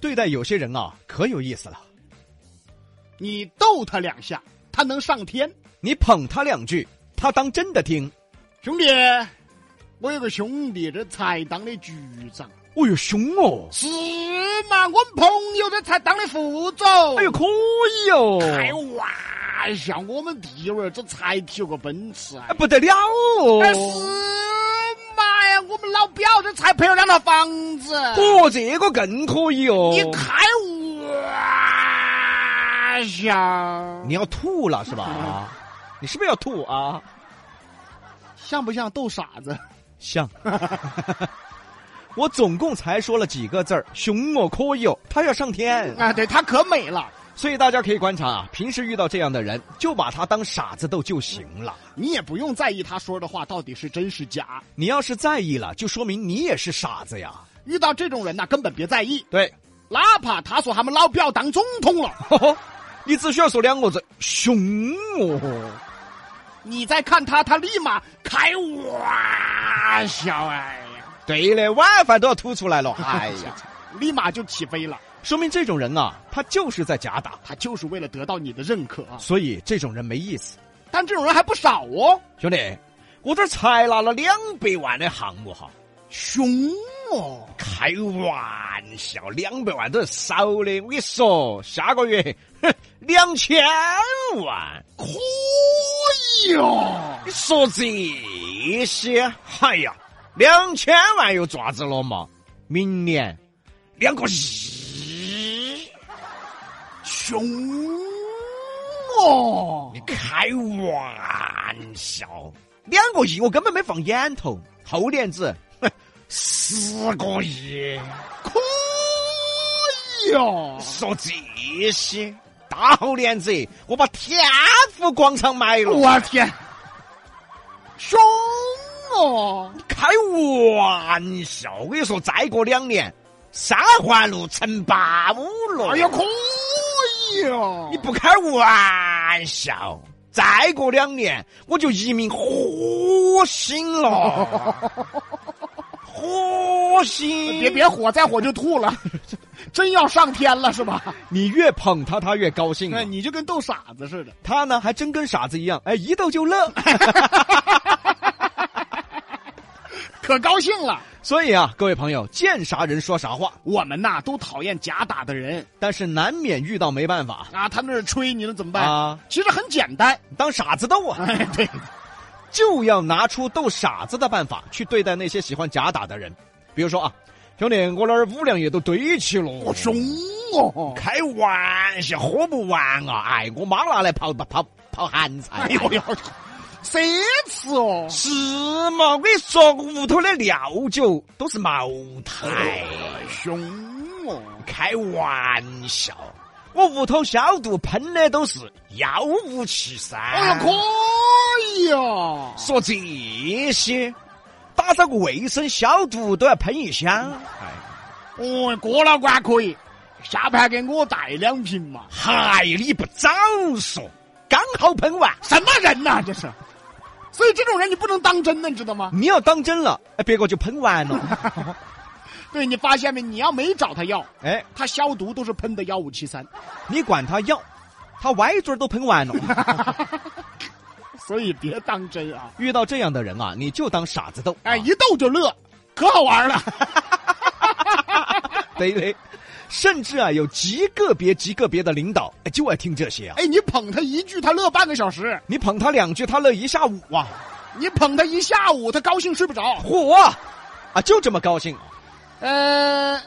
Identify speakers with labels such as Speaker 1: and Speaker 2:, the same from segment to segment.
Speaker 1: 对待有些人啊，可有意思了。
Speaker 2: 你逗他两下，他能上天。
Speaker 1: 你捧他两句，他当真的听。
Speaker 2: 兄弟，我有个兄弟，这才当的局长。
Speaker 1: 哦哟，凶哦！
Speaker 2: 是嘛？我们朋友这才当的副总。
Speaker 1: 哎呦，可以哦！
Speaker 2: 开玩笑，我们弟儿这才提了个奔驰啊
Speaker 1: 哎！不得了哦！
Speaker 2: 哎，是嘛呀？我们老表这才配了两套房子。
Speaker 1: 哦，这个更可以哦！
Speaker 2: 你开玩笑，
Speaker 1: 你要吐了是吧？ 啊，你是不是要吐啊？
Speaker 2: 像不像逗傻子？
Speaker 1: 像。 我总共才说了几个字儿，凶哦，可以哦，他要上天。
Speaker 2: 啊，对他可美了。
Speaker 1: 所以大家可以观察啊，平时遇到这样的人，就把他当傻子逗就行了。
Speaker 2: 你也不用在意他说的话到底是真是假。
Speaker 1: 你要是在意了，就说明你也是傻子呀。
Speaker 2: 遇到这种人呐，根本别在意，
Speaker 1: 对，
Speaker 2: 哪怕他说他们老表当总统 了，
Speaker 1: 哦你只需要说两个字：凶哦。
Speaker 2: 你再看他，他立马开玩笑，哎呀，
Speaker 1: 对嘞，晚饭都要吐出来了。哎呀，
Speaker 2: 立马就起飞了。
Speaker 1: 说明这种人啊，他就是在假打，
Speaker 2: 他就是为了得到你的认可啊。
Speaker 1: 所以这种人没意思。
Speaker 2: 但这种人还不少哦，
Speaker 1: 兄弟，我这儿才拿了两百万的项目哈，
Speaker 2: 凶哦，
Speaker 1: 开玩笑，两百万都是少的。我跟你说，下个月，哼，两千万。
Speaker 2: 可以哦。
Speaker 1: 你说这些，哎呀，两千万又爪子了嘛？明年两个亿，
Speaker 2: 凶哦！
Speaker 1: 你开玩笑，两个亿我根本没放眼头，后年子哼十个亿，
Speaker 2: 可以哦！
Speaker 1: 说这些。大后年子，我把天府广场买了，
Speaker 2: 我天，凶哦！
Speaker 1: 开玩笑！我跟你说，再过两年，三环路成八五了。
Speaker 2: 哎呀，可以哦！
Speaker 1: 你不开玩笑，再过两年我就移民火星 了。火星，
Speaker 2: 别，别火，再火就吐 了，真要上天了是吧？
Speaker 1: 你越捧他，他越高兴啊、
Speaker 2: 哎，你就跟逗傻子似的。
Speaker 1: 他呢，还真跟傻子一样，哎，一逗就乐。
Speaker 2: 可高兴了，
Speaker 1: 所以啊，各位朋友，见啥人说啥话，
Speaker 2: 我们呐都讨厌假打的人
Speaker 1: 但是难免遇到没办法
Speaker 2: 啊，他们那儿吹你了怎么办？
Speaker 1: 啊，
Speaker 2: 其实很简单，
Speaker 1: 当傻子逗啊，
Speaker 2: 哎，对，
Speaker 1: 就要拿出逗傻子的办法去对待那些喜欢假打的人。比如说啊，兄弟，我那儿五粮液都堆起了，
Speaker 2: 我凶哦！
Speaker 1: 开玩笑，喝不完啊！哎，我妈拿来泡泡泡咸菜。
Speaker 2: 哎呦呦，奢侈哦！
Speaker 1: 是嘛？我跟你说，屋头的料酒都是茅台。
Speaker 2: 哎凶哦！
Speaker 1: 开玩笑，我屋头消毒喷的都是幺五七三。
Speaker 2: 哎呀，可以哦！
Speaker 1: 说这些，打扫个卫生消毒都要喷一箱。
Speaker 2: 哦，郭老倌可以，下盘给我带两瓶嘛。
Speaker 1: 嗨，你不早说，刚好喷完。
Speaker 2: 什么人呐、这是？所以这种人你不能当真呢，你知道吗？
Speaker 1: 你要当真了，哎，别个就喷完 了。
Speaker 2: 对你发现没？你要没找他要，
Speaker 1: 哎，
Speaker 2: 他消毒都是喷的幺五七三，
Speaker 1: 你管他要，他歪嘴儿都喷完了。
Speaker 2: 所以别当真啊！
Speaker 1: 遇到这样的人啊，你就当傻子逗。
Speaker 2: 哎，一逗就乐，可好玩了。
Speaker 1: 对对，啊甚至啊，有极个别极个别的领导哎就爱听这些啊。
Speaker 2: 哎，你捧他一句，他乐半个小时；
Speaker 1: 你捧他两句，他乐一下午啊，
Speaker 2: 你捧他一下午，他高兴睡不着。
Speaker 1: 嚯啊，啊就这么高兴。
Speaker 2: 呃，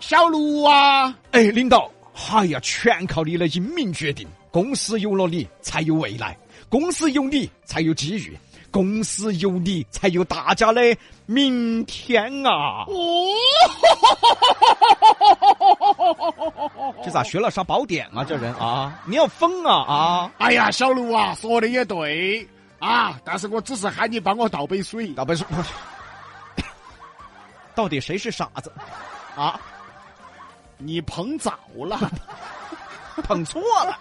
Speaker 2: 小卢啊，
Speaker 1: 哎，领导，哎呀，全靠你的英明决定。公司有了你，才有未来；公司有你，才有机遇；公司有你，才有大家的明天啊！
Speaker 2: 哦，
Speaker 1: 这咋学了啥宝典啊？这人啊，你要疯啊啊！
Speaker 2: 哎呀，小卢啊，说的也对啊，但是我只是喊你帮我倒杯水
Speaker 1: 老白说：“到底谁是傻子？
Speaker 2: 啊，你捧早了，
Speaker 1: 捧错了，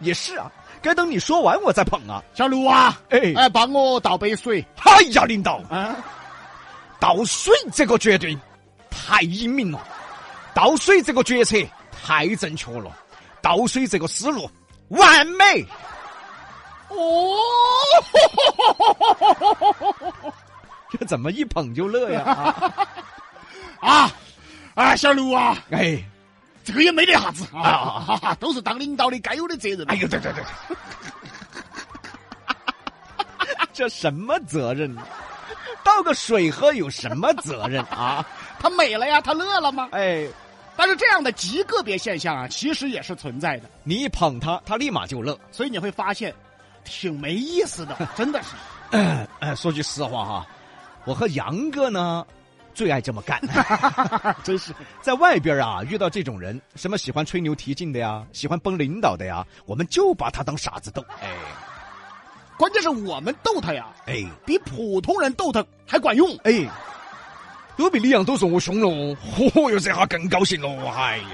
Speaker 1: 也是啊，该等你说完我再捧啊。
Speaker 2: 小卢啊，
Speaker 1: 哎
Speaker 2: 哎，帮我倒杯水
Speaker 1: 哎呀，领导，
Speaker 2: 啊，
Speaker 1: 倒水这个决定太英明了，倒水这个决策太正确了，倒水这个思路完美。
Speaker 2: 哦，
Speaker 1: 这怎么一捧就乐呀？啊
Speaker 2: 啊啊，小卢啊，
Speaker 1: 哎，
Speaker 2: 这个也没得啥子啊，哈哈 都是当领导的该有的责任。
Speaker 1: 哎呦，对对对对， 这什么责任呢？倒个水喝有什么责任啊？
Speaker 2: 他美了呀，他乐了吗？
Speaker 1: 哎，
Speaker 2: 但是这样的极个别现象啊，其实也是存在的，
Speaker 1: 你一捧他，他立马就乐。
Speaker 2: 所以你会发现，挺没意思 的，真的是。
Speaker 1: 哎，说句实话哈，我和杨哥呢，最爱这么干。
Speaker 2: 啊真是
Speaker 1: 在外边啊，遇到这种人，什么喜欢吹牛提劲的呀，喜欢崩领导的呀，我们就把他当傻子逗。哎
Speaker 2: 关键是我们逗他呀，
Speaker 1: 哎
Speaker 2: 比普通人逗他还管用。
Speaker 1: 哎，都比李阳都说我凶了，嚯哟，这下更高兴了，哎呀！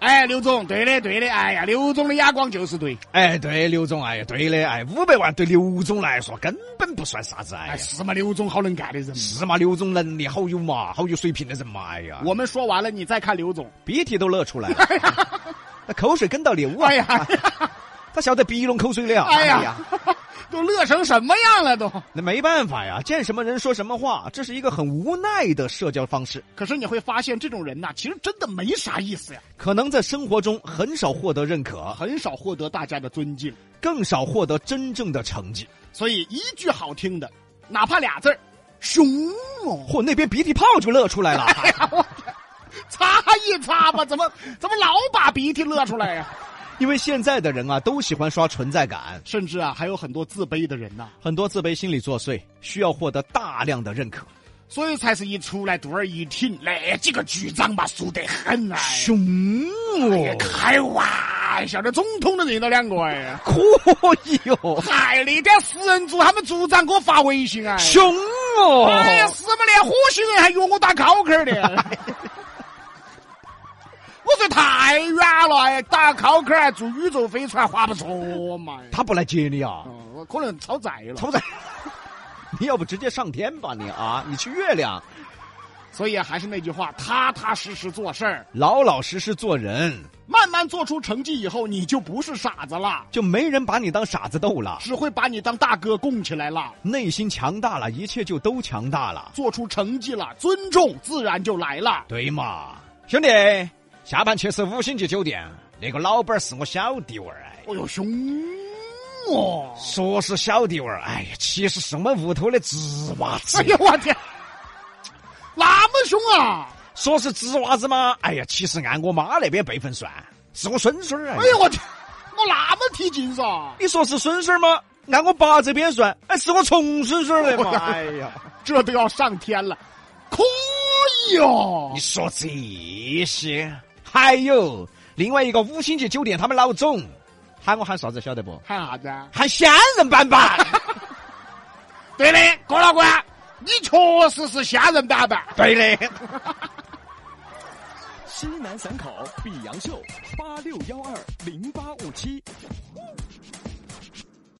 Speaker 2: 哎，刘总，对的，对的，哎呀，刘总的眼光就是对。
Speaker 1: 哎，对，刘总，哎，对的，哎，五百万对刘总来说根本不算啥子，哎
Speaker 2: 哎，
Speaker 1: 呀，
Speaker 2: 是嘛，刘总好能干的人。
Speaker 1: 是嘛？刘总能力好有嘛，好有水平的人嘛，哎呀，
Speaker 2: 我们说完了，你再看刘总。
Speaker 1: 鼻涕都乐出来 了，那口水跟到流啊，
Speaker 2: 哎 呀，
Speaker 1: 他晓得鼻龙口水了，
Speaker 2: 哎呀， 都乐成什么样了都？
Speaker 1: 那没办法呀，见什么人说什么话，这是一个很无奈的社交方式。
Speaker 2: 可是你会发现，这种人呐、其实真的没啥意思呀，
Speaker 1: 可能在生活中很少获得认可，
Speaker 2: 很少获得大家的尊敬。
Speaker 1: 更少获得真正的成绩。
Speaker 2: 所以一句好听的，哪怕俩字儿，凶哦，
Speaker 1: 嚯，那边鼻涕泡就乐出 来了，
Speaker 2: 擦一擦吧，怎么怎么老把鼻涕乐出来呀、
Speaker 1: 因为现在的人啊，都喜欢刷存在感，
Speaker 2: 甚至啊，还有很多自卑的人呐、
Speaker 1: 很多自卑心理作祟，需要获得大量的认可。
Speaker 2: 所以才是一出来肚儿一挺，那几个局长嘛，熟得很哎。
Speaker 1: 凶
Speaker 2: 哎
Speaker 1: 哦，
Speaker 2: 开玩笑，这总统都认得两个哎。
Speaker 1: 可以哦，
Speaker 2: 害的点私人组，他们组长给我发微信哎。
Speaker 1: 凶哦，
Speaker 2: 哎呀，是嘛？连火星人还约我打高跟儿的。 我说太远了，哎，打高跟儿还坐宇宙飞船划不着嘛。
Speaker 1: 他不来接你啊，
Speaker 2: 哦我可能超载了，
Speaker 1: 超载。 你要不直接上天吧你啊，你去月亮，
Speaker 2: 所以还是那句话，踏踏实实做事儿，
Speaker 1: 老老实实做人，
Speaker 2: 慢慢做出成绩以后，你就不是傻子了，
Speaker 1: 就没人把你当傻子逗了。
Speaker 2: 只会把你当大哥供起来了。
Speaker 1: 内心强大了，一切就都强大了，
Speaker 2: 做出成绩了，尊重自然就来了。
Speaker 1: 对嘛？兄弟，下班去吃五星级酒店，那个老板是我小弟娃儿哎。
Speaker 2: 哎呦，凶 哦！
Speaker 1: 说是小弟娃儿，哎呀，其实是我们屋头的侄娃子。
Speaker 2: 哎呦，我天， 那么凶啊！
Speaker 1: 说是侄娃子嘛，哎呀，其实按我妈那边辈分算，是我孙孙儿哎。
Speaker 2: 哎呦，我天，我那么提劲噻！
Speaker 1: 你说是孙孙儿吗？按我爸这边算，哎，是我重孙孙儿的嘛。哎呀，
Speaker 2: 这都要上天了，可以哦
Speaker 1: 你！说这些，还有另外一个五星级酒店，他们老总喊我喊啥子，晓得不？
Speaker 2: 喊啥子啊？
Speaker 1: 喊仙人板板。
Speaker 2: 对的，郭老官，你确实是仙人板板。
Speaker 1: 对的。
Speaker 3: 西南散口，比洋秀，八六幺二零八五七。